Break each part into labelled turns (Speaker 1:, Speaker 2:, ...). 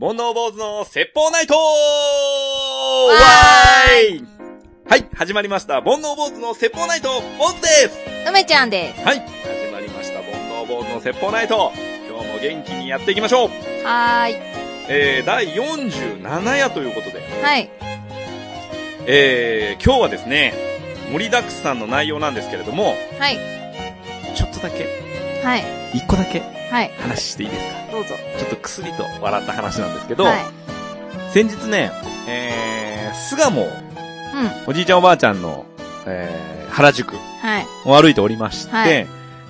Speaker 1: 煩悩坊主の説法ナイトわーいはい、始まりました。煩悩坊主の説法ナイト坊主です
Speaker 2: 梅ちゃんです。
Speaker 1: はい、始まりました。煩悩坊主の説法ナイト今日も元気にやっていきましょう
Speaker 2: はーい。
Speaker 1: えー、第47夜ということで、
Speaker 2: はい。
Speaker 1: えー、今日はですね、盛りだくさんの内容なんですけれども、
Speaker 2: はい。
Speaker 1: ちょっとだけ、
Speaker 2: はい。
Speaker 1: 一個だけ
Speaker 2: はい。
Speaker 1: 話していいですか
Speaker 2: どうぞ。
Speaker 1: ちょっと薬と笑った話なんですけど、
Speaker 2: はい。
Speaker 1: 先日ね、えー、巣鴨、
Speaker 2: うん。
Speaker 1: おじいちゃんおばあちゃんの、えー、原宿
Speaker 2: はい。
Speaker 1: を歩いておりまして、
Speaker 2: はい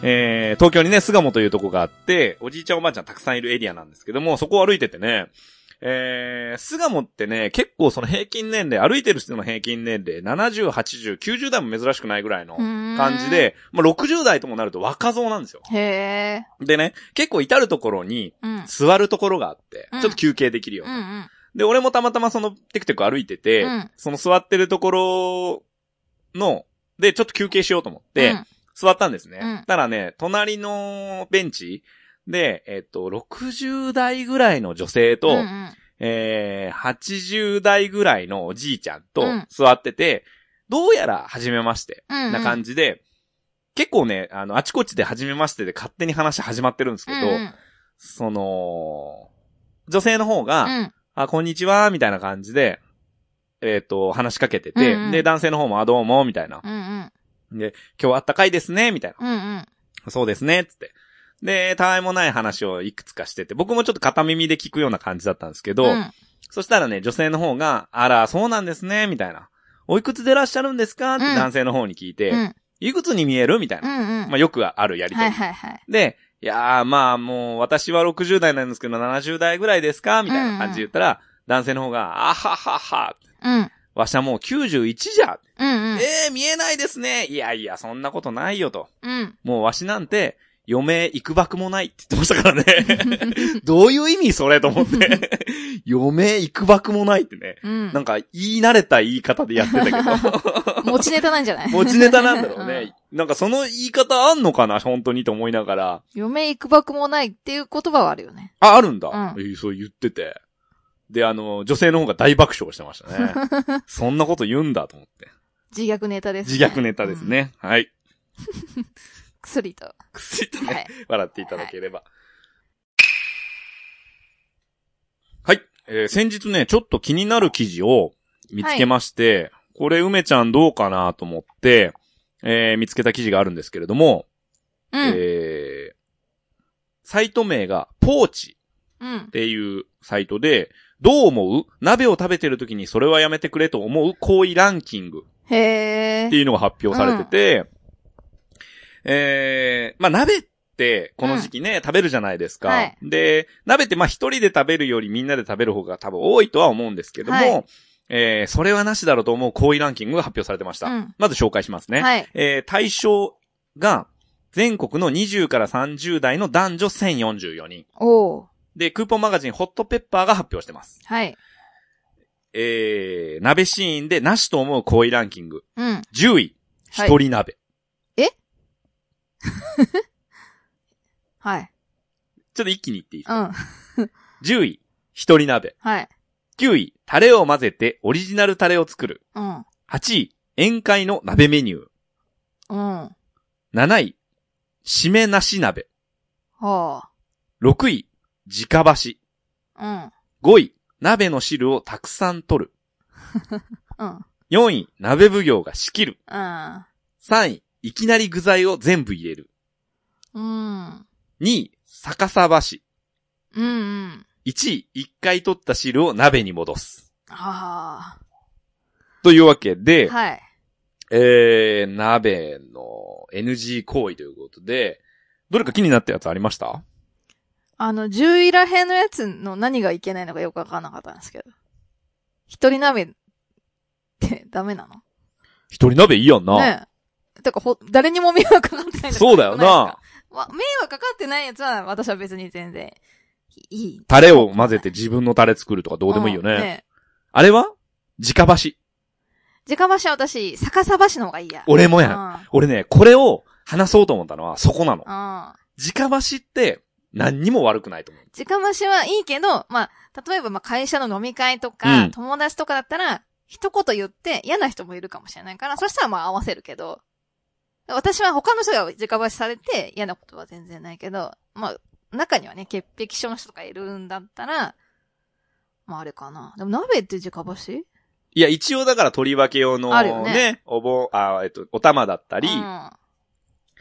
Speaker 1: えー、東京にね、巣鴨というとこがあって、おじいちゃんおばあちゃんたくさんいるエリアなんですけども、そこを歩いててね、えー、巣鴨ってね、結構その平均年齢、歩いてる人の平均年齢、70、80、90代も珍しくないぐらいの感
Speaker 2: 感
Speaker 1: じ。で、まあ、60代ともなると若造なんですよ。
Speaker 2: へー。
Speaker 1: でね、結構至るところに
Speaker 2: うん。
Speaker 1: 座るところがあって、
Speaker 2: うん
Speaker 1: ちょっと休憩できるよう
Speaker 2: う
Speaker 1: な。
Speaker 2: んうん。
Speaker 1: で、俺もたまたまそのテクテク歩いてて、
Speaker 2: うん
Speaker 1: その座ってるところの、で、ちょっと休憩しようと思って、
Speaker 2: うん
Speaker 1: 座ったんですね。
Speaker 2: うん
Speaker 1: たらね、隣のベンチで、えっと、60代ぐらいの女性と、
Speaker 2: うんうん
Speaker 1: えー、80代ぐらいのおじいちゃんと
Speaker 2: うん
Speaker 1: 座ってて、どうやら初めまして、
Speaker 2: うんうん
Speaker 1: な感じで、結構ね、あの、あちこちで初めましてで勝手に話始まってるんですけど、
Speaker 2: うんうん
Speaker 1: その、女性の方が、
Speaker 2: うん
Speaker 1: あ、こんにちは、みたいな感じで、えっ、と、話しかけてて、
Speaker 2: うんうん
Speaker 1: で、男性の方も、あ、どうも、みたいな。
Speaker 2: うんうん
Speaker 1: で、今日あったかいですね、みたい
Speaker 2: うんうん
Speaker 1: な。そうですね、つって。で、たわいもない話をいくつかしてて、僕もちょっと片耳で聞くような感じだったんですけど、
Speaker 2: ん
Speaker 1: そしたらね、女性の方が、あら、そうなんですね、みたいな。おいくつでらっしゃるんですかって
Speaker 2: うん
Speaker 1: 男性の方に聞いて、
Speaker 2: うん
Speaker 1: いくつに見えるみたいな。
Speaker 2: うんうん
Speaker 1: まあ、よくあるやりとり。
Speaker 2: はいはいはい
Speaker 1: で、いやーまあもう私は60代なんですけど70代ぐらいですかみたいな感じで言ったら、男性の方が、あははは、
Speaker 2: うん
Speaker 1: わしはもう91じゃ、
Speaker 2: うんうん
Speaker 1: えー、見えないですねいやいや、そんなことないよと。
Speaker 2: うん
Speaker 1: もうわしなんて、余命いくばくもないって言ってましたから ね。どういう意味それと思って。余命いくばくもないってね。
Speaker 2: うん
Speaker 1: なんか、言い慣れた言い方でやってたけ ど。
Speaker 2: 持ちネタなんじゃない
Speaker 1: 持ちネタなんだろうね。なんかその言い方あんのかな本当にと思いながら。
Speaker 2: 嫁行くばくもないっていう言葉はあるよね
Speaker 1: あ、あるんだ。
Speaker 2: うん
Speaker 1: えーそう言ってて。で、あの、女性の方が大爆笑してま したね。そんなこと言うんだと思って。
Speaker 2: 自虐ネタですね
Speaker 1: 自虐ネタです
Speaker 2: うん
Speaker 1: ね。はい。
Speaker 2: 薬と
Speaker 1: くすいと
Speaker 2: は
Speaker 1: ね、
Speaker 2: い
Speaker 1: 笑っていただければ。はい。えー先日ね、ちょっと気になる記事を見つけまして、これ梅ちゃんどうかなと思って、えー見つけた記事があるんですけれども、
Speaker 2: うん
Speaker 1: えーサイト名がポーチ。
Speaker 2: うん
Speaker 1: っていうサイトで、どう思う鍋を食べてる時にそれはやめてくれと思う行為ランキング
Speaker 2: へ
Speaker 1: って
Speaker 2: ー
Speaker 1: いうのが発表されてて、えー、まあ鍋ってこの時期ね、食べるじゃないですか。
Speaker 2: はい
Speaker 1: で、鍋ってまあ一人で食べるよりみんなで食べる方が多分多いとは思うんですけども、
Speaker 2: はい
Speaker 1: えー、それはなしだろうと思う行為ランキングが発表されてました。
Speaker 2: うん
Speaker 1: まず紹介しますね。
Speaker 2: はい
Speaker 1: えー、対象が全国の20から30代の男女1044人。
Speaker 2: おー
Speaker 1: で、クーポンマガジンホットペッパーが発表してます。
Speaker 2: はい
Speaker 1: えー、鍋シーンでなしと思う行為ランキング。
Speaker 2: うん
Speaker 1: 10位、
Speaker 2: は
Speaker 1: 一
Speaker 2: い
Speaker 1: 人鍋。
Speaker 2: はい
Speaker 1: ちょっと一気に言っていいです
Speaker 2: う
Speaker 1: か、
Speaker 2: ん
Speaker 1: ?10 位、一人鍋。
Speaker 2: はい
Speaker 1: 9位、タレを混ぜてオリジナルタレを作る。
Speaker 2: うん
Speaker 1: 8位、宴会の鍋メニュー。
Speaker 2: うんは
Speaker 1: 7位、締めなし鍋。
Speaker 2: あ
Speaker 1: 6位、直箸。
Speaker 2: うん
Speaker 1: 5位、鍋の汁をたくさん取る。
Speaker 2: うん
Speaker 1: 4位、鍋奉行が仕切る。
Speaker 2: うん
Speaker 1: 3位、いきなり具材を全部入れる。
Speaker 2: うん。
Speaker 1: 2位、逆さ箸。
Speaker 2: うんうん。
Speaker 1: 1位、1回取った汁を鍋に戻す。
Speaker 2: あ
Speaker 1: というわけ
Speaker 2: あ。
Speaker 1: で、
Speaker 2: はい。
Speaker 1: えー、鍋の NG 行為ということで、どれか気になったやつありました
Speaker 2: あの、10位ら辺のやつの何がいけないのかよくわかんなかったんですけど。一人鍋ってダメなの
Speaker 1: 一人鍋いいやんな。
Speaker 2: ねえ。てか、ほ、誰にも迷惑かかってないの
Speaker 1: そうだよな。。
Speaker 2: わ迷惑かかってないやつは、私は別に全然、いい。
Speaker 1: タレを混ぜて自分のタレ作るとかどうでもいいよね。
Speaker 2: んね
Speaker 1: あれは直箸。
Speaker 2: え直橋は私、逆さ橋の方がいいや。
Speaker 1: 俺もやん。
Speaker 2: や
Speaker 1: 俺ね、これを話そうと思ったのはそこなの。
Speaker 2: うん。
Speaker 1: 直箸って、何にも悪くないと思う。
Speaker 2: 直増しはいいけど、まあ、例えばまあ会社の飲み会とか、
Speaker 1: うん
Speaker 2: 友達とかだったら、一言言って嫌な人もいるかもしれないから、そしたらまあ合わせるけど、私は他の人が直増しされて嫌なことは全然ないけど、まあ、中にはね、潔癖症の人とかいるんだったら、まああれかな。でも鍋って直増し
Speaker 1: いや、一応だから取り分け用の
Speaker 2: あるよね
Speaker 1: ね、お盆、あ、えっと、お玉だったり、
Speaker 2: うん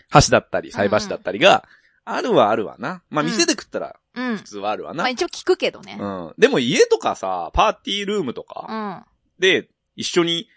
Speaker 1: 箸だったり、菜箸だったりが、あるはあるわな。まあ、
Speaker 2: うん
Speaker 1: 店で食ったら
Speaker 2: うん
Speaker 1: 普。通はあるわ
Speaker 2: ま
Speaker 1: な
Speaker 2: あ。一応聞くけどね。
Speaker 1: うん。でも家とかさ、パーティールームと
Speaker 2: う
Speaker 1: か
Speaker 2: ん。
Speaker 1: で一緒に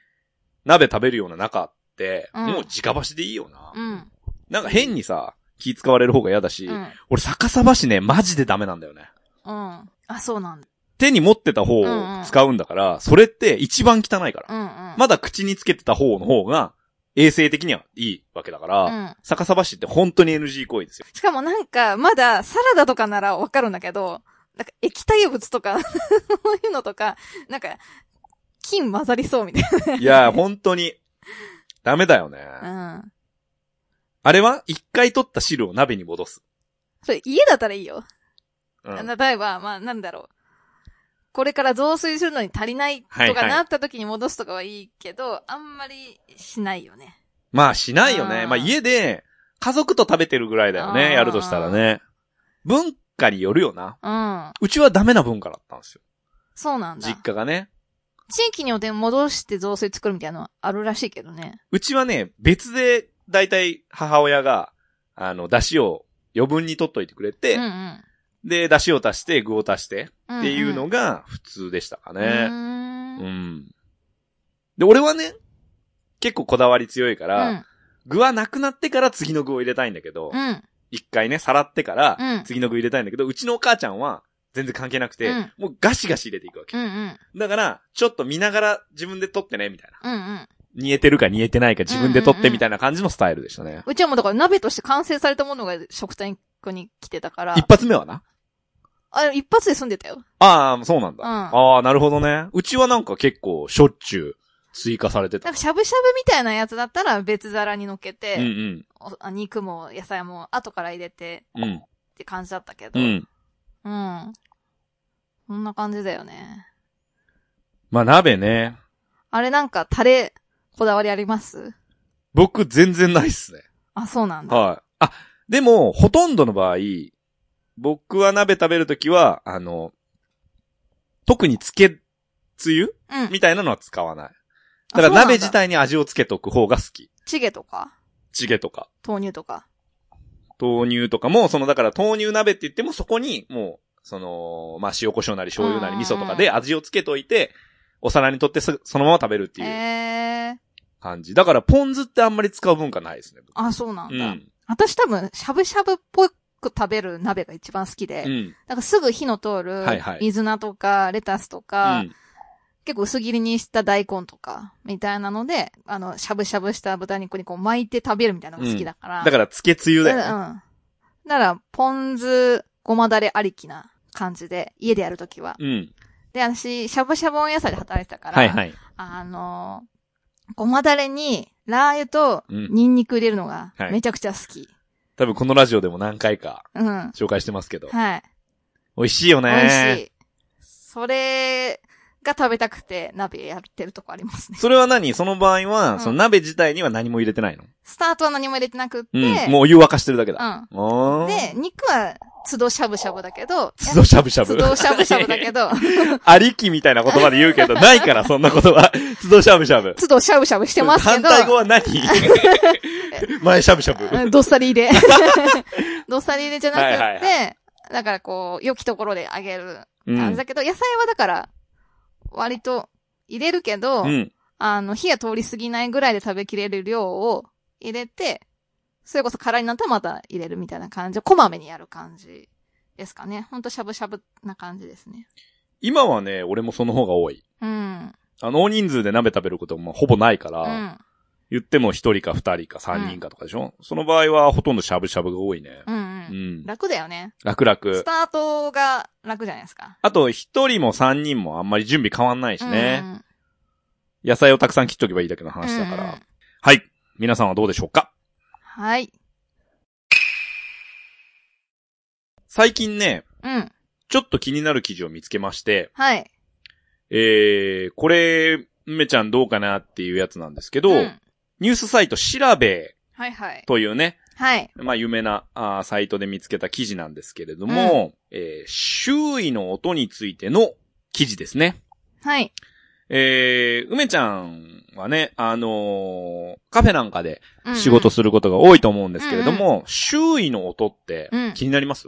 Speaker 1: 鍋食べるような中って、
Speaker 2: うん
Speaker 1: もう直箸でいいよな。
Speaker 2: うん。
Speaker 1: なんか変にさ、気使われる方が嫌だし、
Speaker 2: うん。
Speaker 1: 俺逆さ箸ね、マジでダメなんだよね。
Speaker 2: うん。あ、そうなんだ。
Speaker 1: 手に持ってた方を使うんだから、それって一番汚いから。
Speaker 2: うんうん。
Speaker 1: まだ口につけてた方の方が、衛生的にはいいわけだから、
Speaker 2: うん。
Speaker 1: 逆さ箸って本当に NG 行為 ですよ。
Speaker 2: しかもなんか、まだサラダとかならわかるんだけど、なんか液体物とか、 そういうのとか、なんか、金混ざりそうみたい
Speaker 1: いやー、本当に、ダメだよね。
Speaker 2: な。うん。
Speaker 1: あれは一回取った汁を鍋に戻す。
Speaker 2: それ家だったらいいよ。
Speaker 1: うん。
Speaker 2: 例えば、まあなんだろう。これから増水するのに足りないと
Speaker 1: はいは
Speaker 2: か
Speaker 1: い
Speaker 2: なった時に戻すとかはいいけど、あんまりしないよね。
Speaker 1: まあ、しないよ
Speaker 2: あ
Speaker 1: ね。
Speaker 2: ー
Speaker 1: まあ、家で、家族と食べてるぐらいだよ
Speaker 2: あー
Speaker 1: ね。やるとしたらね。文化によるよな。
Speaker 2: うん。
Speaker 1: うちはダメな文化だったんですよ。
Speaker 2: そうなんだ
Speaker 1: 実。家がね。
Speaker 2: 地域によって戻して増水作るみたいなのはあるらしいけどね。
Speaker 1: うちはね、別で、だいたい母親が、あの、出汁を余分に取っといてくれて、
Speaker 2: うんうん。
Speaker 1: で、出汁を足して、具を足して、
Speaker 2: うんん
Speaker 1: っていうのが普通でしたか
Speaker 2: うー。
Speaker 1: ね。うんで、俺はね、結構こだわり強いから、
Speaker 2: うん
Speaker 1: 具はなくなってから次の具を入れたいんだけど、
Speaker 2: うん。
Speaker 1: 一回ね、さらってから
Speaker 2: うん、
Speaker 1: 次の具入れたいんだけど、うちのお母ちゃんは全然関係なくて、
Speaker 2: うん
Speaker 1: もうガシガシ入れていくわけ。
Speaker 2: うんうん。
Speaker 1: だから、ちょっと見ながら自分で取ってね、みたいな。
Speaker 2: うんうん。
Speaker 1: 煮えてるか煮えてないか自分で取っ
Speaker 2: うんうん
Speaker 1: て
Speaker 2: うん
Speaker 1: みたいな感じのスタイルでしたね。
Speaker 2: うちはもうだから鍋として完成されたものが食卓に来てたから。
Speaker 1: 一発目はな。
Speaker 2: あ、一発で済んでたよ。
Speaker 1: ああ、そうなんだ。
Speaker 2: うん
Speaker 1: ああ、なるほどね。うちはなんか結構しょっちゅう追加されて
Speaker 2: な
Speaker 1: た
Speaker 2: んか。しゃぶしゃぶみたいなやつだったら別皿に乗っけ
Speaker 1: うんう
Speaker 2: て、
Speaker 1: ん。
Speaker 2: おあ肉も野菜も後から入れて
Speaker 1: うん。
Speaker 2: って感じだったけ
Speaker 1: う
Speaker 2: ど。うん。
Speaker 1: ん。
Speaker 2: こんな感じだよね。
Speaker 1: まあ鍋ね。
Speaker 2: あれなんかタレ、こだわりあります
Speaker 1: 僕全然ないっすね。
Speaker 2: あ、そうなんだ。
Speaker 1: はい。あ、でも、ほとんどの場合、僕は鍋食べるときは、あの、特につけ、つゆ
Speaker 2: うん。
Speaker 1: みたいなのは使わない。
Speaker 2: あ
Speaker 1: だから鍋
Speaker 2: そうな
Speaker 1: 自
Speaker 2: んだ
Speaker 1: 体に味をつけとく方が好き。
Speaker 2: チゲとか
Speaker 1: チゲとか。
Speaker 2: 豆乳とか。
Speaker 1: 豆乳とかも、そのだから豆乳鍋って言ってもそこにもう、その、まあ塩胡椒なり醤油なり
Speaker 2: うん
Speaker 1: 味噌とかで味をつけといて、お皿にとってすそのまま食べるっていう
Speaker 2: へえ。
Speaker 1: 感じ。だからポン酢ってあんまり使う文化ないですね。僕
Speaker 2: あ、そうなん
Speaker 1: う
Speaker 2: だ。
Speaker 1: ん。
Speaker 2: 私多分、しゃぶしゃぶっぽく食べる鍋が一番好きで。
Speaker 1: うん。
Speaker 2: なんかすぐ火の通る
Speaker 1: はいはい、
Speaker 2: 水菜とか、レタスと
Speaker 1: う
Speaker 2: か、
Speaker 1: ん。
Speaker 2: 結構薄切りにした大根とか、みたいなので、あの、しゃぶしゃぶした豚肉にこう巻いて食べるみたいなのが好きだから。
Speaker 1: だから、つけつゆだよね。
Speaker 2: うん。うんだから、ポン酢、ごまだれありきな感じで、家でやるときは。
Speaker 1: うん。
Speaker 2: で、私、しゃぶしゃぶ温野菜で働いてたから、
Speaker 1: はいはい。
Speaker 2: あの、ごまだれに、ラー油と、
Speaker 1: うん
Speaker 2: ニンニク入れるのが
Speaker 1: は、い
Speaker 2: めちゃくちゃ好き。
Speaker 1: 多分このラジオでも何回か
Speaker 2: うん。
Speaker 1: 紹介してますけど。
Speaker 2: はい。
Speaker 1: 美味しいよね。
Speaker 2: 美味しい。それが食べたくて鍋やってるとこありますね。
Speaker 1: それは何その場合は、
Speaker 2: うん
Speaker 1: その鍋自体には何も入れてないの
Speaker 2: スタートは何も入れてなくって、
Speaker 1: うん。もうお湯沸かしてるだけだ。
Speaker 2: う
Speaker 1: お
Speaker 2: ん
Speaker 1: ー
Speaker 2: で、、肉は都度しゃぶしゃぶだけど、
Speaker 1: つどしゃぶしゃぶ。
Speaker 2: 都度しゃぶしゃぶだ けど、
Speaker 1: ありきみたいな言葉で言う けど、ないから、そんな言葉。つどしゃぶしゃぶ。
Speaker 2: 都度しゃぶしゃぶしてますけ
Speaker 1: 反対語
Speaker 2: ど、
Speaker 1: は 何前しゃぶしゃぶ。
Speaker 2: うんどっさり 入れ。どっさり入れじゃなくって、
Speaker 1: はいはい
Speaker 2: だからこう、良きところで揚げる
Speaker 1: うん。
Speaker 2: 感じだけど、野菜はだから、割と入れるけど、
Speaker 1: うん。
Speaker 2: あの、火が通り過ぎないぐらいで食べきれる量を入れて、それこそ辛いになったらまた入れるみたいな感じをこまめにやる感じですかね。ほんとしゃぶしゃぶな感じですね。
Speaker 1: 今はね、俺もその方が多い。
Speaker 2: うん。
Speaker 1: あの、大人数で鍋食べることもほぼないか
Speaker 2: う
Speaker 1: ら、
Speaker 2: ん。
Speaker 1: 言っても一人か二人か三人かとかでしょその場合はほとんどしゃぶしゃぶが多いね。
Speaker 2: うん
Speaker 1: う
Speaker 2: うん。
Speaker 1: ん。
Speaker 2: 楽だよね。
Speaker 1: 楽々
Speaker 2: ス。タートが楽じゃないですか。
Speaker 1: あと、一人も三人もあんまり準備変わんないし
Speaker 2: うん
Speaker 1: ね。
Speaker 2: うん。
Speaker 1: 野菜をたくさん切っとけばいいだけの話だか
Speaker 2: うんうん
Speaker 1: ら。はい。皆さんはどうでしょうか
Speaker 2: はい。
Speaker 1: 最近ね、
Speaker 2: うん。
Speaker 1: ちょっと気になる記事を見つけまして、
Speaker 2: はい。
Speaker 1: えー、これ、梅ちゃんどうかなっていうやつなんですけど、
Speaker 2: うん
Speaker 1: ニュースサイト調べ
Speaker 2: はいはい。
Speaker 1: というね、
Speaker 2: はい。
Speaker 1: まあ有名なあーサイトで見つけた記事なんですけれども、えー周囲の音についての記事ですね。
Speaker 2: はい。
Speaker 1: えー、梅ちゃんはね、あのーカフェなんかで
Speaker 2: うんうん
Speaker 1: 仕事することが多いと思うんですけれども、周囲の音って
Speaker 2: うん
Speaker 1: 気になります、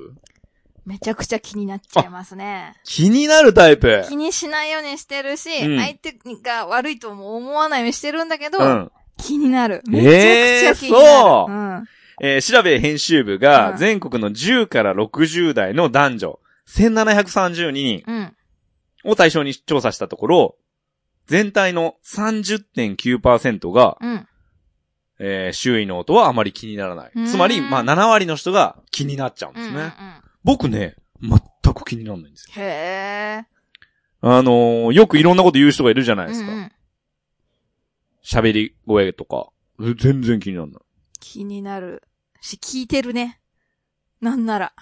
Speaker 2: めちゃくちゃ気になっちゃいますね。
Speaker 1: 気になるタイプ
Speaker 2: 気にしないようにしてるし、
Speaker 1: うん
Speaker 2: 相手が悪いとも思わないようにしてるんだけど、
Speaker 1: うん。
Speaker 2: 気になる。
Speaker 1: えー
Speaker 2: めちゃくちゃ気になる。
Speaker 1: そう
Speaker 2: うん。
Speaker 1: えー、調べ編集部
Speaker 2: う
Speaker 1: が
Speaker 2: ん
Speaker 1: 全国の10から60代の男女1732人
Speaker 2: うん。
Speaker 1: を対象に調査したところ、全体の30.9%が、
Speaker 2: うん。
Speaker 1: えー周囲の音はあまり気にならな
Speaker 2: うーん
Speaker 1: い。つまり、まあ7割の人が気になっちゃうん
Speaker 2: う
Speaker 1: で
Speaker 2: んう
Speaker 1: す
Speaker 2: んうん。
Speaker 1: ね。僕ね、全く気にならないんですよ。
Speaker 2: へ
Speaker 1: あのーよくいろんなこと言う人がいるじゃない
Speaker 2: ー。
Speaker 1: ですか
Speaker 2: うんう。ん
Speaker 1: 喋、り声とか。え全然気にならない。
Speaker 2: 気になるし、聞いてるね。なんなら。
Speaker 1: あ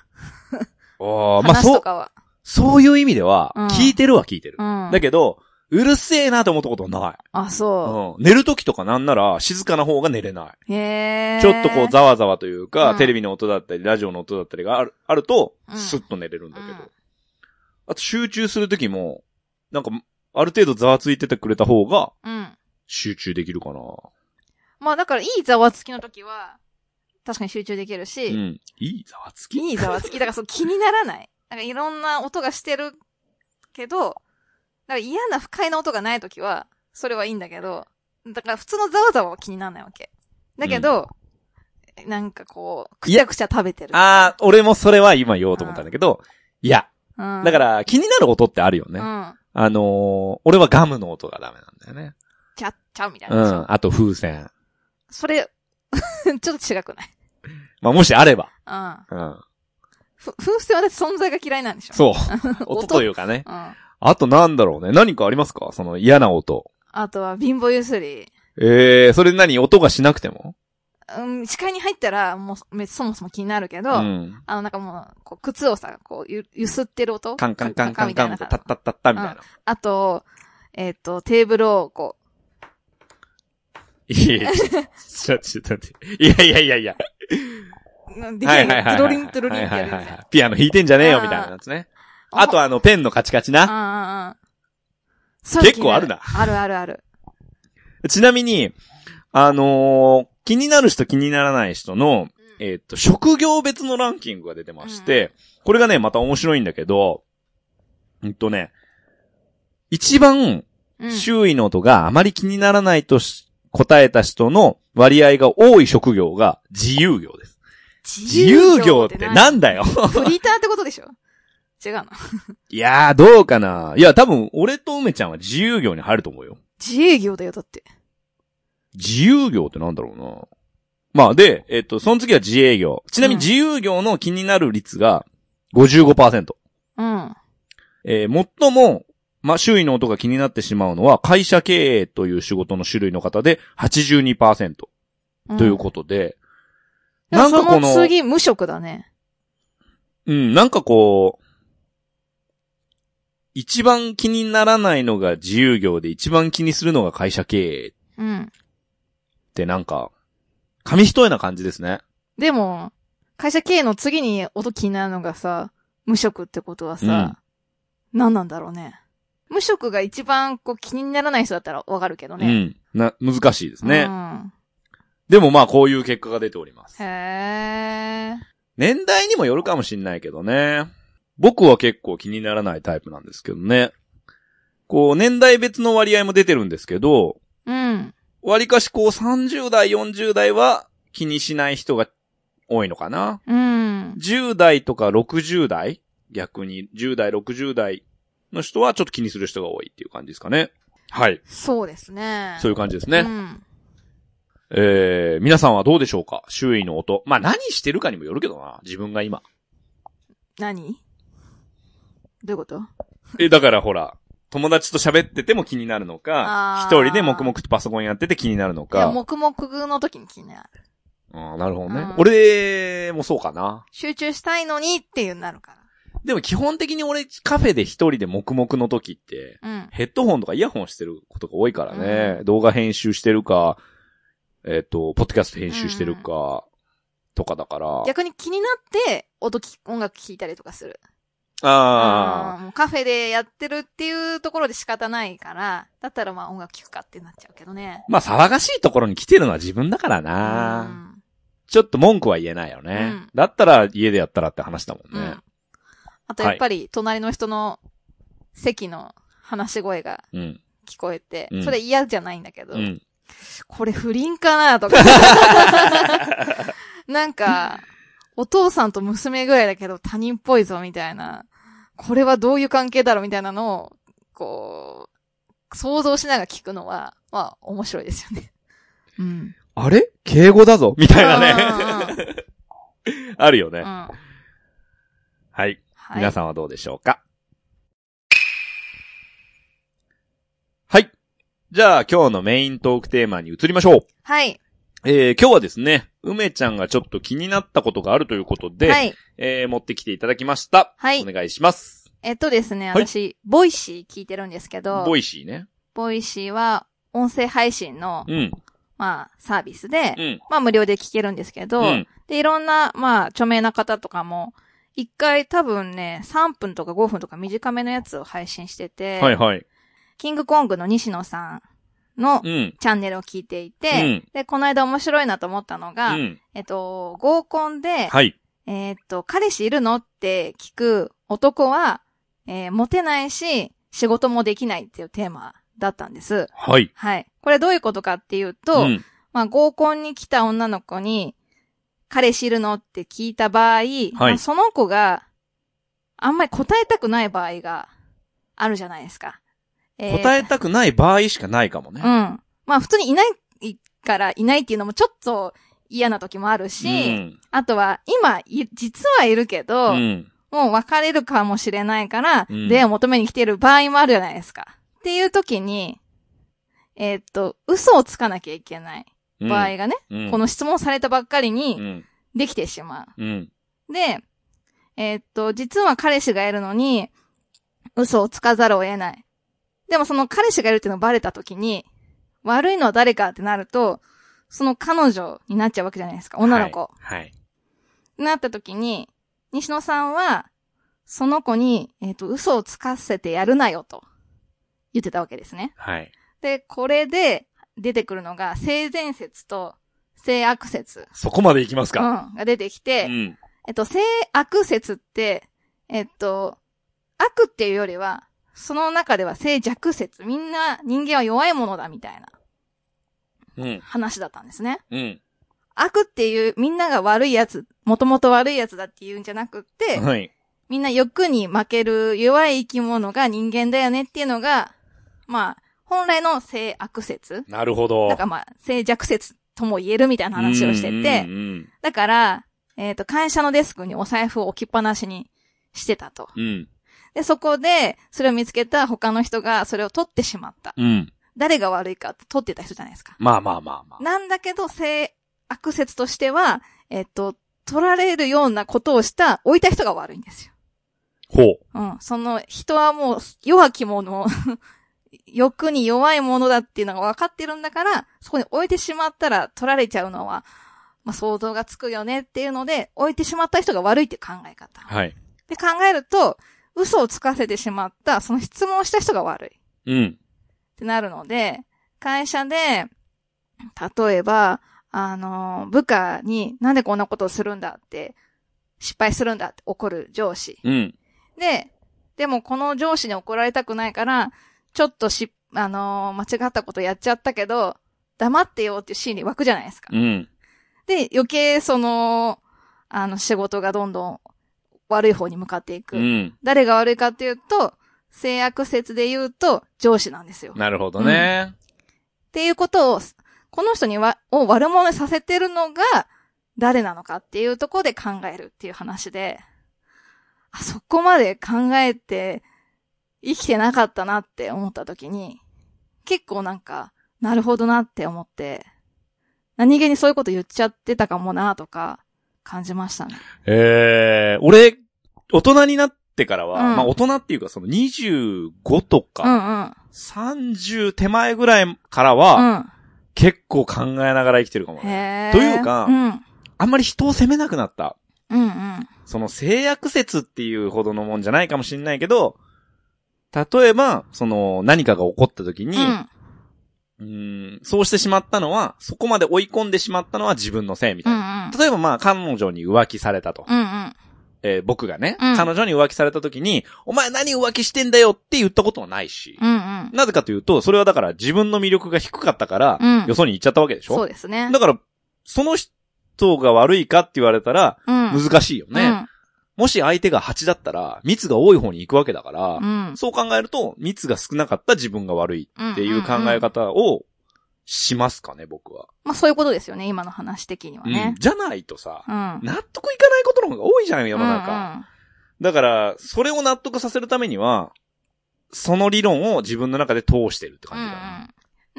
Speaker 1: あ、まあ
Speaker 2: 話
Speaker 1: そ
Speaker 2: と
Speaker 1: う、
Speaker 2: かは。
Speaker 1: そういう意味では、
Speaker 2: うん
Speaker 1: 聞いてるは聞いてる。
Speaker 2: うん。
Speaker 1: だけど、うるせえなと思ったことはない。
Speaker 2: あ、そ
Speaker 1: うん寝る時とかなんなら静かな方が寝れない。
Speaker 2: う。へー。
Speaker 1: ちょっとこうざわざわというか、
Speaker 2: うん
Speaker 1: テレビの音だったり、ラジオの音だったりがあるあると
Speaker 2: う、ん
Speaker 1: スッと寝れるんだけど。
Speaker 2: うん
Speaker 1: あと集中する時も、なんか、ある程度ざわついててくれた方が
Speaker 2: うん。
Speaker 1: 集中できるかな。
Speaker 2: まあだから、いいざわつきの時は、確かに集中できるし、
Speaker 1: うん。いいざわつき
Speaker 2: いいざわつき。だからそう気にならない。なんかいろんな音がしてるけど、なんか嫌な不快な音がない時は、それはいいんだけど、だから普通のざわざわは気にならないわけ。だけど、なんかこう、くちゃくちゃ食べてる。
Speaker 1: ああ、俺もそれは今言おうと思ったんだけど、いや、
Speaker 2: うん、
Speaker 1: だから気になる音ってあるよね。
Speaker 2: うん。
Speaker 1: あのー、俺はガムの音がダメなんだよね。
Speaker 2: ちゃっちゃうみたいうな。
Speaker 1: ん。あと風船。
Speaker 2: それ、 ちょっと違くない
Speaker 1: まあ、もしあれば。
Speaker 2: うん。
Speaker 1: うん。
Speaker 2: ふ風船はだって存在が嫌いなんでしょ
Speaker 1: そう。
Speaker 2: 音
Speaker 1: 音というかね。
Speaker 2: う。うん。
Speaker 1: あとなんだろうね。何かありますかその嫌な音。
Speaker 2: あとは、貧乏ゆすり。
Speaker 1: ええー、それ何音がしなくても
Speaker 2: うん、視界に入ったら、もう、めそもそも気になるけど、
Speaker 1: ん。
Speaker 2: あの、なんかもう、こう、靴をさ、こう、ゆ、ゆすってる音
Speaker 1: カンカンカンカンカン
Speaker 2: み
Speaker 1: と、
Speaker 2: た
Speaker 1: タ
Speaker 2: いな
Speaker 1: ッタッタッタみたいな。
Speaker 2: あと、えっ、と、テーブルを、こ
Speaker 1: いやいや、ちょ、ちょ、ちょっと待って。いやいやいやいや。
Speaker 2: う、うんできない。ドロリンドロリンっ
Speaker 1: はいはい
Speaker 2: てやるみた
Speaker 1: はいいは。
Speaker 2: ない
Speaker 1: ピアノ弾いてんじゃねえよ、みたいなやつね。あと、あの、ペンのカチカチ
Speaker 2: うんう
Speaker 1: な。
Speaker 2: んうん。それ気に
Speaker 1: 結構あるな。
Speaker 2: あるあるある。
Speaker 1: ちなみに、あのー気になる人気にならない人の、えーっと、職業別のランキングが出てまして、これがね、また面白いんだけど、うんとね、一番
Speaker 2: うん
Speaker 1: 周囲の音があまり気にならないとし答えた人の割合が多い職業が自由業です。自由業って
Speaker 2: 何
Speaker 1: なんだよ
Speaker 2: フリーターってことでしょ違うの。
Speaker 1: いやー、どうかないや、多分、俺と梅ちゃんは自由業に入ると思うよ。
Speaker 2: 自営業だよ、だって。
Speaker 1: 自由業ってなんだろうな。まあ、で、えっと、その次は自営業。ちなみに
Speaker 2: うん
Speaker 1: 自由業の気になる率が55%。
Speaker 2: うん。
Speaker 1: えー、最も、まあ、周囲の音が気になってしまうのは、会社経営という仕事の種類の方で82%ということで、
Speaker 2: と
Speaker 1: なんかこの
Speaker 2: その次、無職だね。
Speaker 1: うん、なんかこう、一番気にならないのが自由業で一番気にするのが会社経営っ
Speaker 2: うん。
Speaker 1: てなんか、紙一重な感じですね。
Speaker 2: でも、会社経営の次に音気になるのがさ、無職ってことはさ、何なんだろうね。無職が一番こう気にならない人だったらわかるけどね。
Speaker 1: うん。な、難しいですね。
Speaker 2: うん
Speaker 1: でもまあこういう結果が出ております。
Speaker 2: へー。
Speaker 1: 年代にもよるかもしんないけどね。僕は結構気にならないタイプなんですけどね。こう、年代別の割合も出てるんですけど、
Speaker 2: うん。
Speaker 1: 割かしこう30代、40代は気にしない人が多いのかな。
Speaker 2: うん。
Speaker 1: 10代とか60代逆に10代、60代の人はちょっと気にする人が多いっていう感じですかね。はい。
Speaker 2: そうですね。
Speaker 1: そういうう感じです
Speaker 2: う
Speaker 1: ね。
Speaker 2: ん。
Speaker 1: えー、皆さんはどうでしょうか周囲の音。まあ、何してるかにもよるけどな。自分が 今。
Speaker 2: 何どういうこと
Speaker 1: え、だからほら、友達と喋ってても気になるのか
Speaker 2: あ、ー
Speaker 1: 一人で黙々とパソコンやってて気になるの
Speaker 2: いや、
Speaker 1: か。
Speaker 2: 黙々の時に気になる。
Speaker 1: ああ、なるほどね。
Speaker 2: うん
Speaker 1: 俺もそうかな。
Speaker 2: 集中したいのにっていうなるか
Speaker 1: でも基本的に俺カフェで一人で黙々の時って、
Speaker 2: ら。うん。
Speaker 1: ヘッドホンとかイヤホンしてることが多いからね。動画編集してるか、えっ、と、ポッドキャスト編集してるか、とかだから。
Speaker 2: 逆に気になって、音き、音楽聴いたりとかする。
Speaker 1: ああ、
Speaker 2: うんもうカフェでやってるっていうところで仕方ないから、だったらまあ音楽聴くかってなっちゃうけどね。
Speaker 1: まあ騒がしいところに来てるのは自分だからな。ちょっと文句は言えないよね。
Speaker 2: うん
Speaker 1: だったら家でやったらって話だもん
Speaker 2: うん。う
Speaker 1: ね。
Speaker 2: ん。あとやっぱり、隣の人の席の話し声が
Speaker 1: うん。
Speaker 2: 聞こえて
Speaker 1: う、ん
Speaker 2: それ嫌じゃないんだけど、
Speaker 1: うん。
Speaker 2: これ不倫かなとか。 なんか、お父さんと娘ぐらいだけど他人っぽいぞみたいな。これはどういう関係だろうみたいなのを、こう、想像しながら聞くのは、まあ面白いですよね。うん。
Speaker 1: あれ敬語だぞ みたいなね。
Speaker 2: ね。
Speaker 1: あるよね。
Speaker 2: うんは
Speaker 1: はい。
Speaker 2: い。
Speaker 1: 皆さんはどうでしょうかはい。じゃあ今日のメイントークテーマに移りましょう。
Speaker 2: はい。
Speaker 1: えー、今日はですね、梅ちゃんがちょっと気になったことがあるということで、
Speaker 2: はい。
Speaker 1: えー、持ってきていただきました。
Speaker 2: はい
Speaker 1: お願いします。
Speaker 2: えっとですね、
Speaker 1: はい
Speaker 2: 私、ボイシー聞いてるんですけど、
Speaker 1: ボイシーね。
Speaker 2: ボイシーは音声配信の、
Speaker 1: うん。
Speaker 2: まあ、サービスで、
Speaker 1: うん。
Speaker 2: まあ無料で聞けるんですけど、
Speaker 1: うん。
Speaker 2: で、いろんな、まあ、著名な方とかも、一回多分ね、3分とか5分とか短めのやつを配信してて、
Speaker 1: はいはい。
Speaker 2: キングコングの西野さんの
Speaker 1: うん。
Speaker 2: チャンネルを聞いていうて、
Speaker 1: ん。
Speaker 2: で、この間面白いなと思ったの
Speaker 1: う
Speaker 2: が、
Speaker 1: ん。
Speaker 2: えっと、合コンで、
Speaker 1: はい。
Speaker 2: えっと、彼氏いるのって聞く男は、えーモテないし、仕事もできないっていうテーマだったんです。
Speaker 1: はい。
Speaker 2: はい。これどういうことかっていうと、
Speaker 1: ん。
Speaker 2: まあ、合コンに来た女の子に、彼氏いるのって聞いた場合、まあその子が、あんまり答えたくない場合があるじゃないですか。えー
Speaker 1: 答えたくない場合しかないかもね。
Speaker 2: うん。まあ、普通にいないからいないっていうのもちょっと嫌な時もあるし、
Speaker 1: うん。
Speaker 2: あとは、今い、実はいるけど、
Speaker 1: うん。
Speaker 2: もう別れるかもしれないから、
Speaker 1: うん
Speaker 2: 出会いを求めに来てる場合もあるじゃないですか。っていう時に、えーっと、嘘をつかなきゃいけない場合がね、
Speaker 1: うん、
Speaker 2: この質問されたばっかり
Speaker 1: う
Speaker 2: に
Speaker 1: ん。
Speaker 2: できてしま
Speaker 1: うん。
Speaker 2: う。で、えーっと、実は彼氏がいるのに、嘘をつかざるを得ない。でもその彼氏がいるっていうのがバレた時に、悪いのは誰かってなると、その彼女になっちゃうわけじゃないですか、女の子。
Speaker 1: はい。
Speaker 2: なった時に、西野さんは、その子に、えっ、と、嘘をつかせてやるなよと、言ってたわけですね。
Speaker 1: はい。
Speaker 2: で、これで出てくるのが、性善説と性悪説、
Speaker 1: そこまでいきます
Speaker 2: う
Speaker 1: か。
Speaker 2: んが出てきて、
Speaker 1: うん。
Speaker 2: えっと、性悪説って、えっと、悪っていうよりは、その中では性弱説、みんな人間は弱いものだみたいな
Speaker 1: うん。
Speaker 2: 話だったんですね。
Speaker 1: うん。
Speaker 2: 悪っていう、みんなが悪いやつ、もともと悪いやつだって言うんじゃなくって、
Speaker 1: はい。
Speaker 2: みんな欲に負ける弱い生き物が人間だよねっていうのが、まあ、本来の性悪説。
Speaker 1: なるほど。
Speaker 2: だからまあ、性弱説とも言えるみたいな話をして
Speaker 1: う
Speaker 2: て
Speaker 1: ん、うん
Speaker 2: だから、えっ、と、会社のデスクにお財布を置きっぱなしにしてたと。
Speaker 1: うん。
Speaker 2: で、そこで、それを見つけた他の人がそれを取ってしまった。
Speaker 1: うん。うん。
Speaker 2: 誰が悪いかって取ってた人じゃないですか。
Speaker 1: まあまあまあまあ。
Speaker 2: なんだけど、性悪説としては、えっ、と、取られるようなことをした、置いた人が悪いんですよ。
Speaker 1: ほう。
Speaker 2: うん。その人はもう弱き者、 欲に弱いものだっていうのが分かってるんだから、そこに置いてしまったら取られちゃうのは、まあ想像がつくよねっていうので、置いてしまった人が悪いっていう考え方。
Speaker 1: はい。
Speaker 2: で考えると、嘘をつかせてしまった、その質問をした人が悪いっ
Speaker 1: うん。
Speaker 2: てなるので、会社で、例えば、あの、部下になんでこんなことをするんだって、失敗するんだって怒る上司。
Speaker 1: うん。
Speaker 2: で、でもこの上司に怒られたくないから、ちょっとし、あのー間違ったことやっちゃったけど、黙ってよっていう心理湧くじゃないですか。
Speaker 1: うん。
Speaker 2: で、余計その、あの仕事がどんどん悪い方に向かっていく。
Speaker 1: うん。
Speaker 2: 誰が悪いかっていうと、制約説で言うと上司なんですよ。っ
Speaker 1: なるほどね。
Speaker 2: ていうことを、この人には、を悪者にさせてるのが誰なのかっていうところで考えるっていう話で、あそこまで考えて生きてなかったなって思った時に、結構なんか、なるほどなって思って、何気にそういうこと言っちゃってたかもなとか、感じましたね。
Speaker 1: ええ俺、大人になってからは、
Speaker 2: うん
Speaker 1: まあ大人っていうかその25と
Speaker 2: う
Speaker 1: か、
Speaker 2: んうん。
Speaker 1: 30手前ぐらいからは、結構考えながら生きてるかも
Speaker 2: うん。
Speaker 1: ね。
Speaker 2: へー
Speaker 1: というか
Speaker 2: うん。うん
Speaker 1: あんまり人を責めなくなった。
Speaker 2: うん。
Speaker 1: その制約説っていうほどのもんじゃないかもしれないけど、例えば、その何かが起こった時に、
Speaker 2: うん。
Speaker 1: うーんそうしてしまったのは、そこまで追い込んでしまったのは自分のせいみ
Speaker 2: う
Speaker 1: たいな。
Speaker 2: ん
Speaker 1: 例えばまあ彼女に浮気されたと。
Speaker 2: うん。うん
Speaker 1: えー僕がね、
Speaker 2: うん
Speaker 1: 彼女に浮気された時に、お前何浮気してんだよって言ったことはないし、
Speaker 2: うん。うん
Speaker 1: なぜかというと、それはだから自分の魅力が低かったから、
Speaker 2: うん
Speaker 1: よそに行っちゃったわけでし
Speaker 2: そ
Speaker 1: ょ
Speaker 2: うですね。
Speaker 1: だから、その人が悪いかって言われたら、
Speaker 2: うん。
Speaker 1: 難しいよね、もし相手が8だったら、蜜が多い方に行くわけだから
Speaker 2: う、ん。
Speaker 1: そう考えると、蜜が少なかった自分が悪い
Speaker 2: うん。
Speaker 1: っていう考え
Speaker 2: んん。
Speaker 1: 方をしますかね、僕は。
Speaker 2: まあそういうことですよね、今の話的には
Speaker 1: うん
Speaker 2: ね。
Speaker 1: じゃないとさ、
Speaker 2: うん。
Speaker 1: 納得いかないことの方が多いじゃん、世の中。
Speaker 2: うんうん
Speaker 1: だから、それを納得させるためには、その理論を自分の中で通してるって感じだね。
Speaker 2: うんうん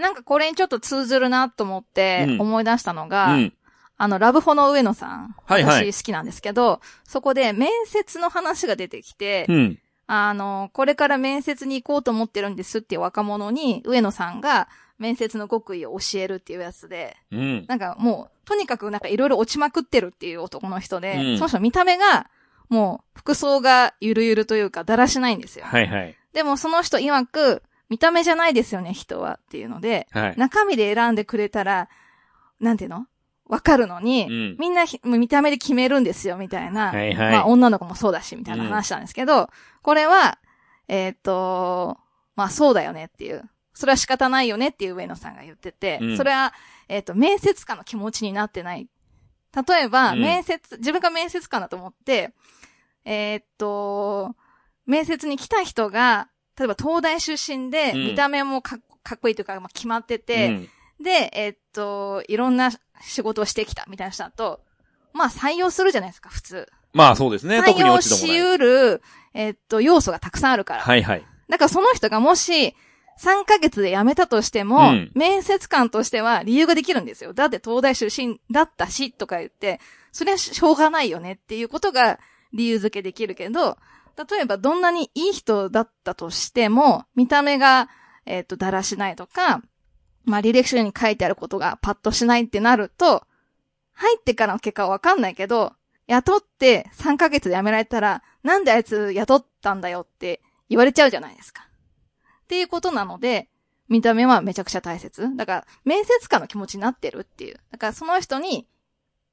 Speaker 2: なんかこれにちょっと通ずるなと思って
Speaker 1: うん
Speaker 2: 思い出したの
Speaker 1: う
Speaker 2: が、
Speaker 1: ん。
Speaker 2: あの、ラブホの上野さん。
Speaker 1: はいはい
Speaker 2: 私好きなんですけど、そこで面接の話が出てきて、
Speaker 1: うん。
Speaker 2: あの、これから面接に行こうと思ってるんですっていう若者に、上野さんが面接の極意を教えるっていうやつで、
Speaker 1: うん。
Speaker 2: なんかもう、とにかくなんかいろいろ落ちまくってるっていう男の人で、
Speaker 1: うん
Speaker 2: その人見た目が、もう、服装がゆるゆるというか、だらしないんですよ。
Speaker 1: はいはい。
Speaker 2: でもその人曰く、見た目じゃないですよね、人はっていうので、
Speaker 1: はい。
Speaker 2: 中身で選んでくれたら、なんていうのわかるのに、
Speaker 1: うん
Speaker 2: みんなひ見た目で決めるんですよ、みたいな。
Speaker 1: はい
Speaker 2: まあ
Speaker 1: は
Speaker 2: 女の子もそうだし、みたいな話なんですけど、これは、えーっ、と、まあそうだよねっていう。それは仕方ないよねっていう上野さんが言ってて、
Speaker 1: うん
Speaker 2: それは、えーっ、と、面接官の気持ちになってない。例えば、
Speaker 1: うん
Speaker 2: 面接、自分が面接官だと思って、えーっ、と、面接に来た人が、例えば東大出身で、
Speaker 1: うん
Speaker 2: 見た目もかっかっこいいというか、まあ、決まって
Speaker 1: い。
Speaker 2: て、
Speaker 1: うん
Speaker 2: で、えーっと、いろんな仕事をしてきたみたいな人だと、まあ採用するじゃないですか、普通。
Speaker 1: まあそうですね。特
Speaker 2: 採
Speaker 1: に
Speaker 2: 用
Speaker 1: 落ち度も
Speaker 2: し
Speaker 1: ない。
Speaker 2: 得る、えっと、要素がたくさんあるから。
Speaker 1: はいはい。
Speaker 2: だからその人がもし、3ヶ月で辞めたとしても、
Speaker 1: うん
Speaker 2: 面接官としては理由ができるんですよ。だって東大出身だったし、とか言って、それはしょうがないよねっていうことが理由付けできるけど、例えばどんなにいい人だったとしても、見た目が、えっ、と、だらしないとか、まあ、履歴書に書いてあることがパッとしないってなると、入ってからの結果はわかんないけど、雇って3ヶ月で辞められたら、なんであいつ雇ったんだよって言われちゃうじゃないですか。っていうことなので、見た目はめちゃくちゃ大切。だから、面接官の気持ちになってるっていう。だから、その人に、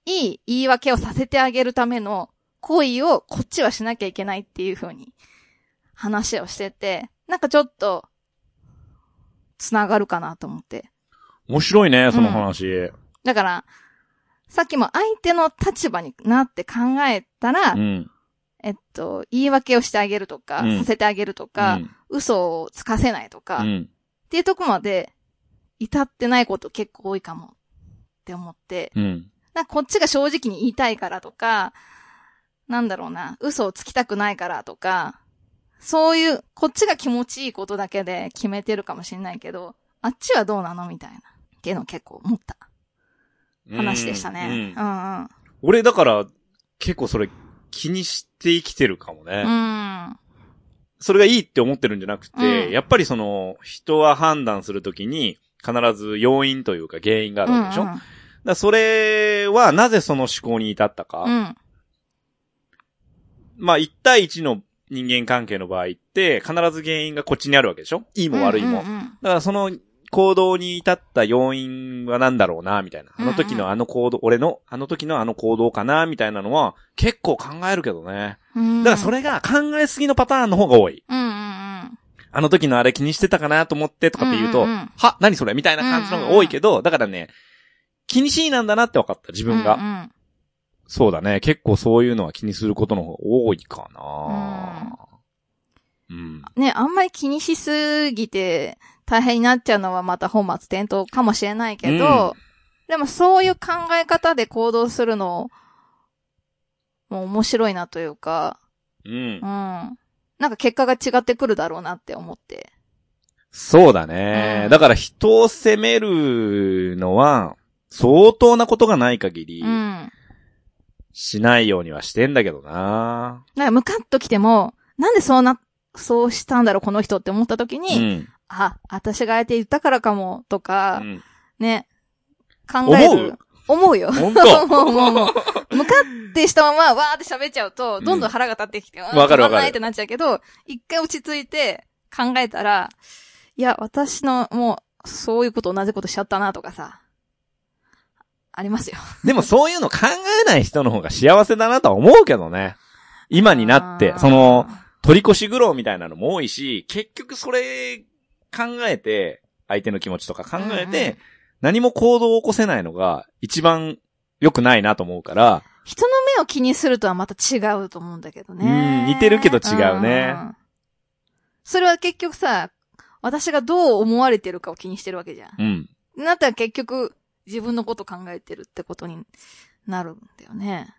Speaker 2: いい言い訳をさせてあげるための行為をこっちはしなきゃいけないっていう風に話をしてて、なんかちょっと、つながるかなと思って。
Speaker 1: 面白いね、その話。
Speaker 2: だから、さっきも相手の立場になって考えたら、
Speaker 1: うん。
Speaker 2: えっと、言い訳をしてあげるとか、
Speaker 1: うん
Speaker 2: させてあげると
Speaker 1: う
Speaker 2: か、
Speaker 1: ん
Speaker 2: 嘘をつかせないとか、
Speaker 1: う
Speaker 2: っ
Speaker 1: ん。
Speaker 2: ていうとこまで至ってないこと結構多いかもって思って、
Speaker 1: うん。
Speaker 2: なんかこっちが正直に言いたいからとか、なんだろうな、嘘をつきたくないからとか、そういう、こっちが気持ちいいことだけで決めてるかもしれないけど、あっちはどうなのみたいな。っていうのを結構思った話でしたね。
Speaker 1: う
Speaker 2: うんんうん。
Speaker 1: 俺だから、結構それ気にして生きてるかもね。
Speaker 2: うん。
Speaker 1: それがいいって思ってるんじゃなくて、
Speaker 2: うん
Speaker 1: やっぱりその、人は判断するときに、必ず要因というか原因があるわけでしょ、
Speaker 2: うん
Speaker 1: だからそれは、なぜその思考に至ったか。
Speaker 2: うん。うん
Speaker 1: まあ、1対1の人間関係の場合って、必ず原因がこっちにあるわけでしょいいも悪いも。
Speaker 2: うんうんうん
Speaker 1: だからその、行動に至った要因は何だろうな、みたいな。あの時のあの行動、俺の、あの時のあの行動かな、みたいなのは、結構考えるけどね。
Speaker 2: うん
Speaker 1: だからそれが考えすぎのパターンの方が多い。
Speaker 2: うんうんうん。
Speaker 1: あの時のあれ気にしてたかなと思ってとかって言うと、
Speaker 2: うんうんうん
Speaker 1: は、何それみたいな感じの方が多いけど、だからね、気にしいなんだなって分かった、自分が。
Speaker 2: うん
Speaker 1: そうだね、結構そういうのは気にすることの方が多いかな、うん、
Speaker 2: うんね、あんまり気にしすぎて大変になっちゃうのはまた本末転倒かもしれないけど、でもそういう考え方で行動するの、もう面白いなというか、
Speaker 1: うん
Speaker 2: うん。。なんか結果が違ってくるだろうなって思って。
Speaker 1: そうだね、
Speaker 2: うん
Speaker 1: だから人を責めるのは、相当なことがない限り
Speaker 2: う、ん。
Speaker 1: しないようにはしてんだけどな
Speaker 2: なんかムカッと来ても、なんでそうな、そうしたんだろう、この人って思った時
Speaker 1: う
Speaker 2: に、
Speaker 1: ん。
Speaker 2: あ、私があえて言ったからかも、と
Speaker 1: う
Speaker 2: か、
Speaker 1: ん。
Speaker 2: ね、考える。思うよ。
Speaker 1: 本
Speaker 2: 思う思う思
Speaker 1: 当
Speaker 2: う向かってしたまま、わーって喋っちゃうと、どんどん腹が立ってきて、わ
Speaker 1: わかるわかる
Speaker 2: つまんないってなっちゃうけど、一回落ち着いて考えたら、いや、私の、もう、そういうこと同じことしちゃったな、とかさ、ありますよ。
Speaker 1: でもそういうの考えない人の方が幸せだなとは思うけどね。今になって
Speaker 2: あ、ー
Speaker 1: その、、取り越し苦労みたいなのも多いし、結局それ考えて、相手の気持ちとか考え
Speaker 2: うんうん
Speaker 1: て、何も行動を起こせないのが一番良くないなと思うから、
Speaker 2: 人の目を気にするとはまた違うと思うんだけどね。
Speaker 1: うん似てるけど違うね
Speaker 2: ん。それは結局さ、私がどう思われてるかを気にしてるわけじゃん。
Speaker 1: うん。
Speaker 2: なったら結局、自分のこと考えてるってことになるんだよね。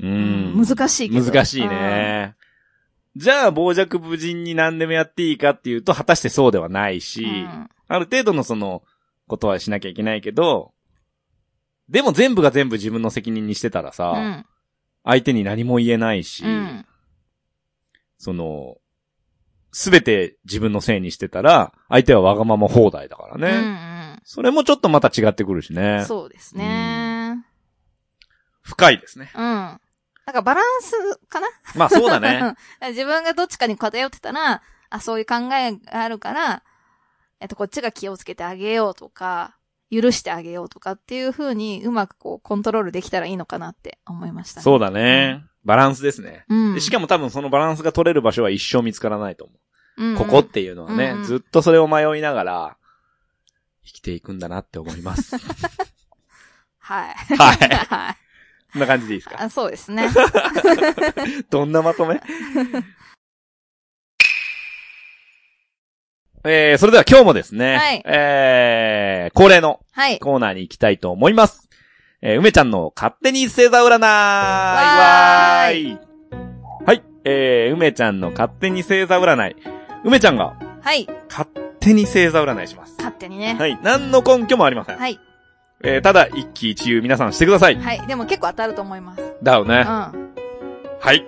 Speaker 1: うん。
Speaker 2: 難しいけど。
Speaker 1: 難しいね。じゃあ、傍若無人に何でもやっていいかっていうと、果たしてそうではないし、
Speaker 2: うん。うん
Speaker 1: ある程度のその、ことはしなきゃいけないけど、でも全部が全部自分の責任にしてたらさ、
Speaker 2: うん。
Speaker 1: 相手に何も言えないし、
Speaker 2: うん。
Speaker 1: その、すべて自分のせいにしてたら、相手はわがまま放題だから
Speaker 2: う
Speaker 1: ね。
Speaker 2: ん
Speaker 1: それもちょっとまた違ってくるし
Speaker 2: うん
Speaker 1: ね。
Speaker 2: そうですね。
Speaker 1: 深いですね。
Speaker 2: うん。なんかバランスかな
Speaker 1: まあそうだ ね。。
Speaker 2: うん自分がどっちかに偏ってたら、あ、そういう考えがあるから、えっと、こっちが気をつけてあげようとか、許してあげようとかっていう風に、うまくこう、コントロールできたらいいのかなって思いましたね。
Speaker 1: そうだね。バランスですね。
Speaker 2: う。ん。
Speaker 1: でしかも多分そのバランスが取れる場所は一生見つからないと思う。
Speaker 2: うんうん
Speaker 1: ここっていうのはね、
Speaker 2: うんうん
Speaker 1: ずっとそれを迷いながら、生きていくんだなって思い ます。
Speaker 2: はい。
Speaker 1: はい。
Speaker 2: はい。
Speaker 1: こんな感じでいいですか
Speaker 2: あそうですね。
Speaker 1: どんなまとめ えー、それでは今日もですね、
Speaker 2: はい
Speaker 1: えー、恒例の
Speaker 2: はい。
Speaker 1: コーナーに行きたいと思います。えー、梅ちゃんの勝手に星座占い
Speaker 2: わーい
Speaker 1: わーいはい、えー、梅ちゃんの勝手に星座占い。梅ちゃんが
Speaker 2: はい。
Speaker 1: 勝手に星座占いします。
Speaker 2: 勝手にね。
Speaker 1: はい。何の根拠もありません。
Speaker 2: はい。
Speaker 1: えー、ただ、一喜一憂皆さんしてください。
Speaker 2: はい。でも結構当たると思います。
Speaker 1: だよ
Speaker 2: う
Speaker 1: ね。
Speaker 2: ん。
Speaker 1: はい。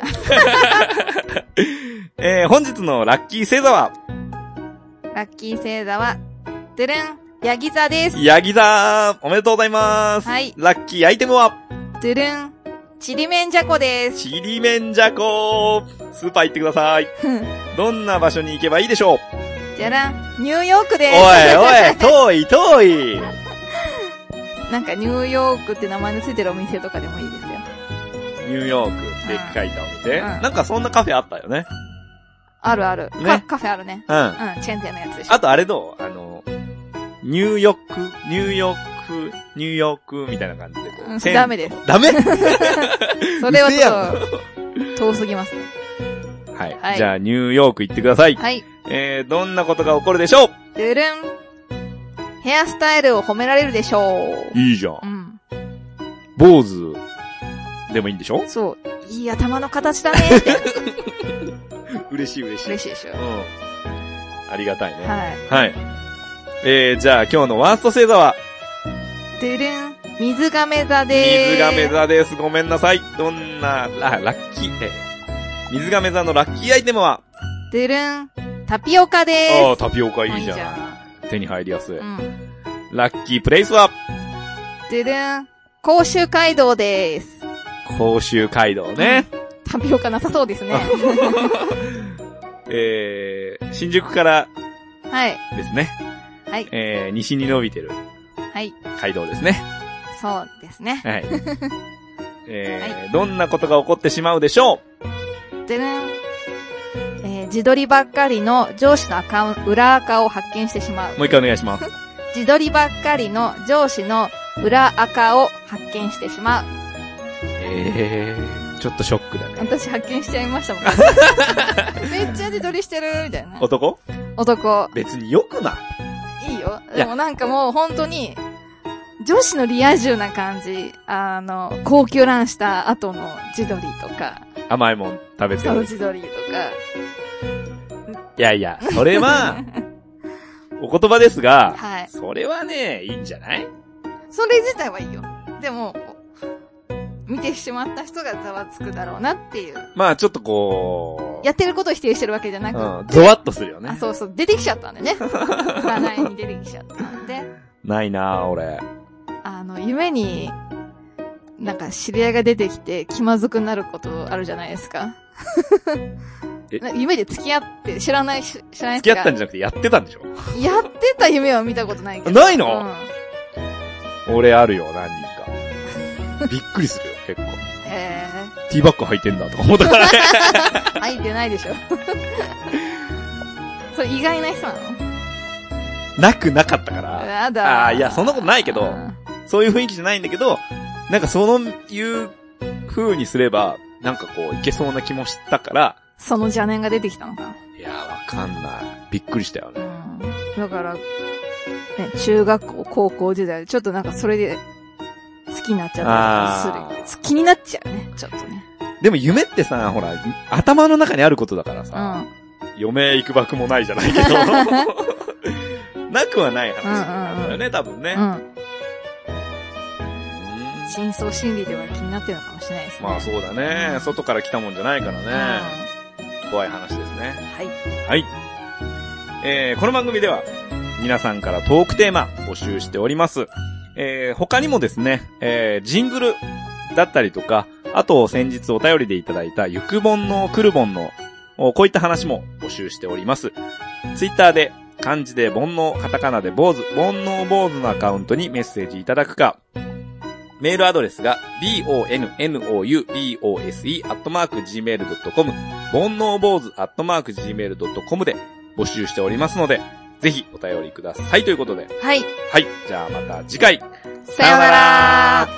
Speaker 1: えー、本日のラッキー星座は、
Speaker 2: ラッキー星座は、てるん、ヤギ座です。
Speaker 1: ヤギ座おめでとうございます。
Speaker 2: はい
Speaker 1: ラッキーアイテムは、
Speaker 2: てるん、ちりめんじゃこです。
Speaker 1: ちりめんじゃこスーパー行ってください。どんな場所に行けばいいでしょう
Speaker 2: じゃらん、ニューヨーク
Speaker 1: お
Speaker 2: で
Speaker 1: い
Speaker 2: す。
Speaker 1: おい、遠い遠い
Speaker 2: なんかニューヨークって名前のついてるお店とかでもいいですよ。
Speaker 1: ニューヨークって書いたお店、
Speaker 2: うん
Speaker 1: なんかそんなカフェあったよね。
Speaker 2: あるある。
Speaker 1: ね
Speaker 2: カカフェあるね。
Speaker 1: うん。あ
Speaker 2: うん、チェーン店のやつでしょ。
Speaker 1: とあれどうあの、ニューヨーク、ニューヨーク、ニューヨークみたいな感じでこう
Speaker 2: うん
Speaker 1: チェーン。
Speaker 2: ダメです
Speaker 1: ダメ
Speaker 2: それは
Speaker 1: 店や
Speaker 2: ちょっと、遠すぎますね。
Speaker 1: はい。
Speaker 2: はい
Speaker 1: じゃあ、ニューヨーク行ってください。
Speaker 2: はい。
Speaker 1: えー、どんなことが起こるでしょう
Speaker 2: てるん、ヘアスタイルを褒められるでしょう。
Speaker 1: いいじゃ。
Speaker 2: うんん。
Speaker 1: 坊主でもいいんでしょ
Speaker 2: そう。いい頭の形だねって。
Speaker 1: 嬉しい嬉しい。
Speaker 2: 嬉しいでしょ。
Speaker 1: う
Speaker 2: は
Speaker 1: ん。ありがたいね。はい。
Speaker 2: い。
Speaker 1: えー、じゃあ、今日のワースト星座は、
Speaker 2: てるん、水亀座で
Speaker 1: 水
Speaker 2: ーす。
Speaker 1: 亀座です。ごめんなさい。どんな、あ、ラッキー、えー水亀座のラッキーアイテムは、
Speaker 2: てるん、タピオカ
Speaker 1: あ
Speaker 2: で
Speaker 1: あ、タピオカ
Speaker 2: ーす。
Speaker 1: いいじゃん。手に入りやすい。
Speaker 2: ん。うん。
Speaker 1: ラッキープレイスは、
Speaker 2: てるん、甲州街道でーす。
Speaker 1: 甲州街道ね。
Speaker 2: タピオカなさそうです ね。
Speaker 1: えー、新宿から
Speaker 2: はい。
Speaker 1: ですね。
Speaker 2: はい。
Speaker 1: えー、西に伸びてる
Speaker 2: はい。
Speaker 1: 街道ですね。
Speaker 2: そうですね。
Speaker 1: はい。えーどんなことが起こってしまうでしょ
Speaker 2: でるん。えー自撮りばっかりの上司のアカウント、裏垢を発見してしまう
Speaker 1: う。もう一回お願いします。
Speaker 2: 自撮りばっかりの上司の裏垢を発見してしまう。
Speaker 1: えー、ちょっとショックだね。
Speaker 2: 私発見しちゃいましたもん。めっちゃ自撮りしてる、みたいな。
Speaker 1: 男
Speaker 2: 男、
Speaker 1: 別に良くない
Speaker 2: いいよ。
Speaker 1: いや
Speaker 2: でもなんかもう本当に、女子のリア充な感じ。あの、高級ランした後の自撮りとか、
Speaker 1: 甘いもん食べて
Speaker 2: その
Speaker 1: る。
Speaker 2: 自撮りとか。
Speaker 1: いやいや、それ は、お言葉ですが、
Speaker 2: はい。
Speaker 1: それはね、いいんじゃない
Speaker 2: それ自体はいいよ。でも、見てしまった人がざわつくだろうなっていう。
Speaker 1: まあちょっとこう、
Speaker 2: やってることを否定してるわけじゃなく、
Speaker 1: うん、ゾワッとするよ
Speaker 2: あ、
Speaker 1: ね。
Speaker 2: そうそう、出てきちゃったんで ね。占いに出てきちゃったんで、
Speaker 1: ないなあ俺。
Speaker 2: あの、夢に、なんか知り合いが出てきて気まずくなることあるじゃないですか。
Speaker 1: え
Speaker 2: な夢で付き合って、知らないし、知らない
Speaker 1: 付き合ったん
Speaker 2: じ
Speaker 1: じゃなくてやってたんでしょ
Speaker 2: ゃやってた夢は見たことないけど。
Speaker 1: ないの
Speaker 2: うん
Speaker 1: 俺あるよ、何人か。 びっくりするよ、結構。
Speaker 2: え
Speaker 1: ティーバッグ履いてんだとか思ったからね。
Speaker 2: ー、入ってないでしょ。 それ意外な人なの
Speaker 1: なくなかったから、
Speaker 2: やだ
Speaker 1: あーいやそんなことないけど
Speaker 2: うん
Speaker 1: そういう雰囲気じゃないんだけど、なんかその、いう風にすれば、なんかこう、いけそうな気もしたから、
Speaker 2: その邪念が出てきたのか
Speaker 1: いやー、わかんない。びっくりしたよね。
Speaker 2: な。うん。だから、ね、中学校、高校時代、ちょっとなんかそれで、好きになっちゃったりする。気になっちゃうね、ちょっとね。
Speaker 1: でも夢ってさ、ほら、頭の中にあることだから
Speaker 2: う
Speaker 1: さ、
Speaker 2: ん。
Speaker 1: 余命行くばくもないじゃない けど、なくはない話なんだよね、多分ね。
Speaker 2: うん。
Speaker 1: うん
Speaker 2: 真相心理では気になってるのかもしれないですね。
Speaker 1: まあそうだね。外から来たもんじゃないか
Speaker 2: う
Speaker 1: らね。怖い話ですね。
Speaker 2: ん。はい。
Speaker 1: はい。えーこの番組では、皆さんからトークテーマ募集しております。えー他にもですね、えージングルだったりとか、あと先日お便りでいただいた、ゆくぼんのくるぼんの、おこういった話も募集しております。ツイッターで、漢字で煩悩、カタカナで坊主、煩悩坊主のアカウントにメッセージいただくか、メールアドレスが、bonnoubose.gmail.com、煩悩坊主アットマーク gmail.com で募集しておりますので、ぜひお便りくださいということで。
Speaker 2: はい。
Speaker 1: はい。じゃあまた次回。
Speaker 2: さようなら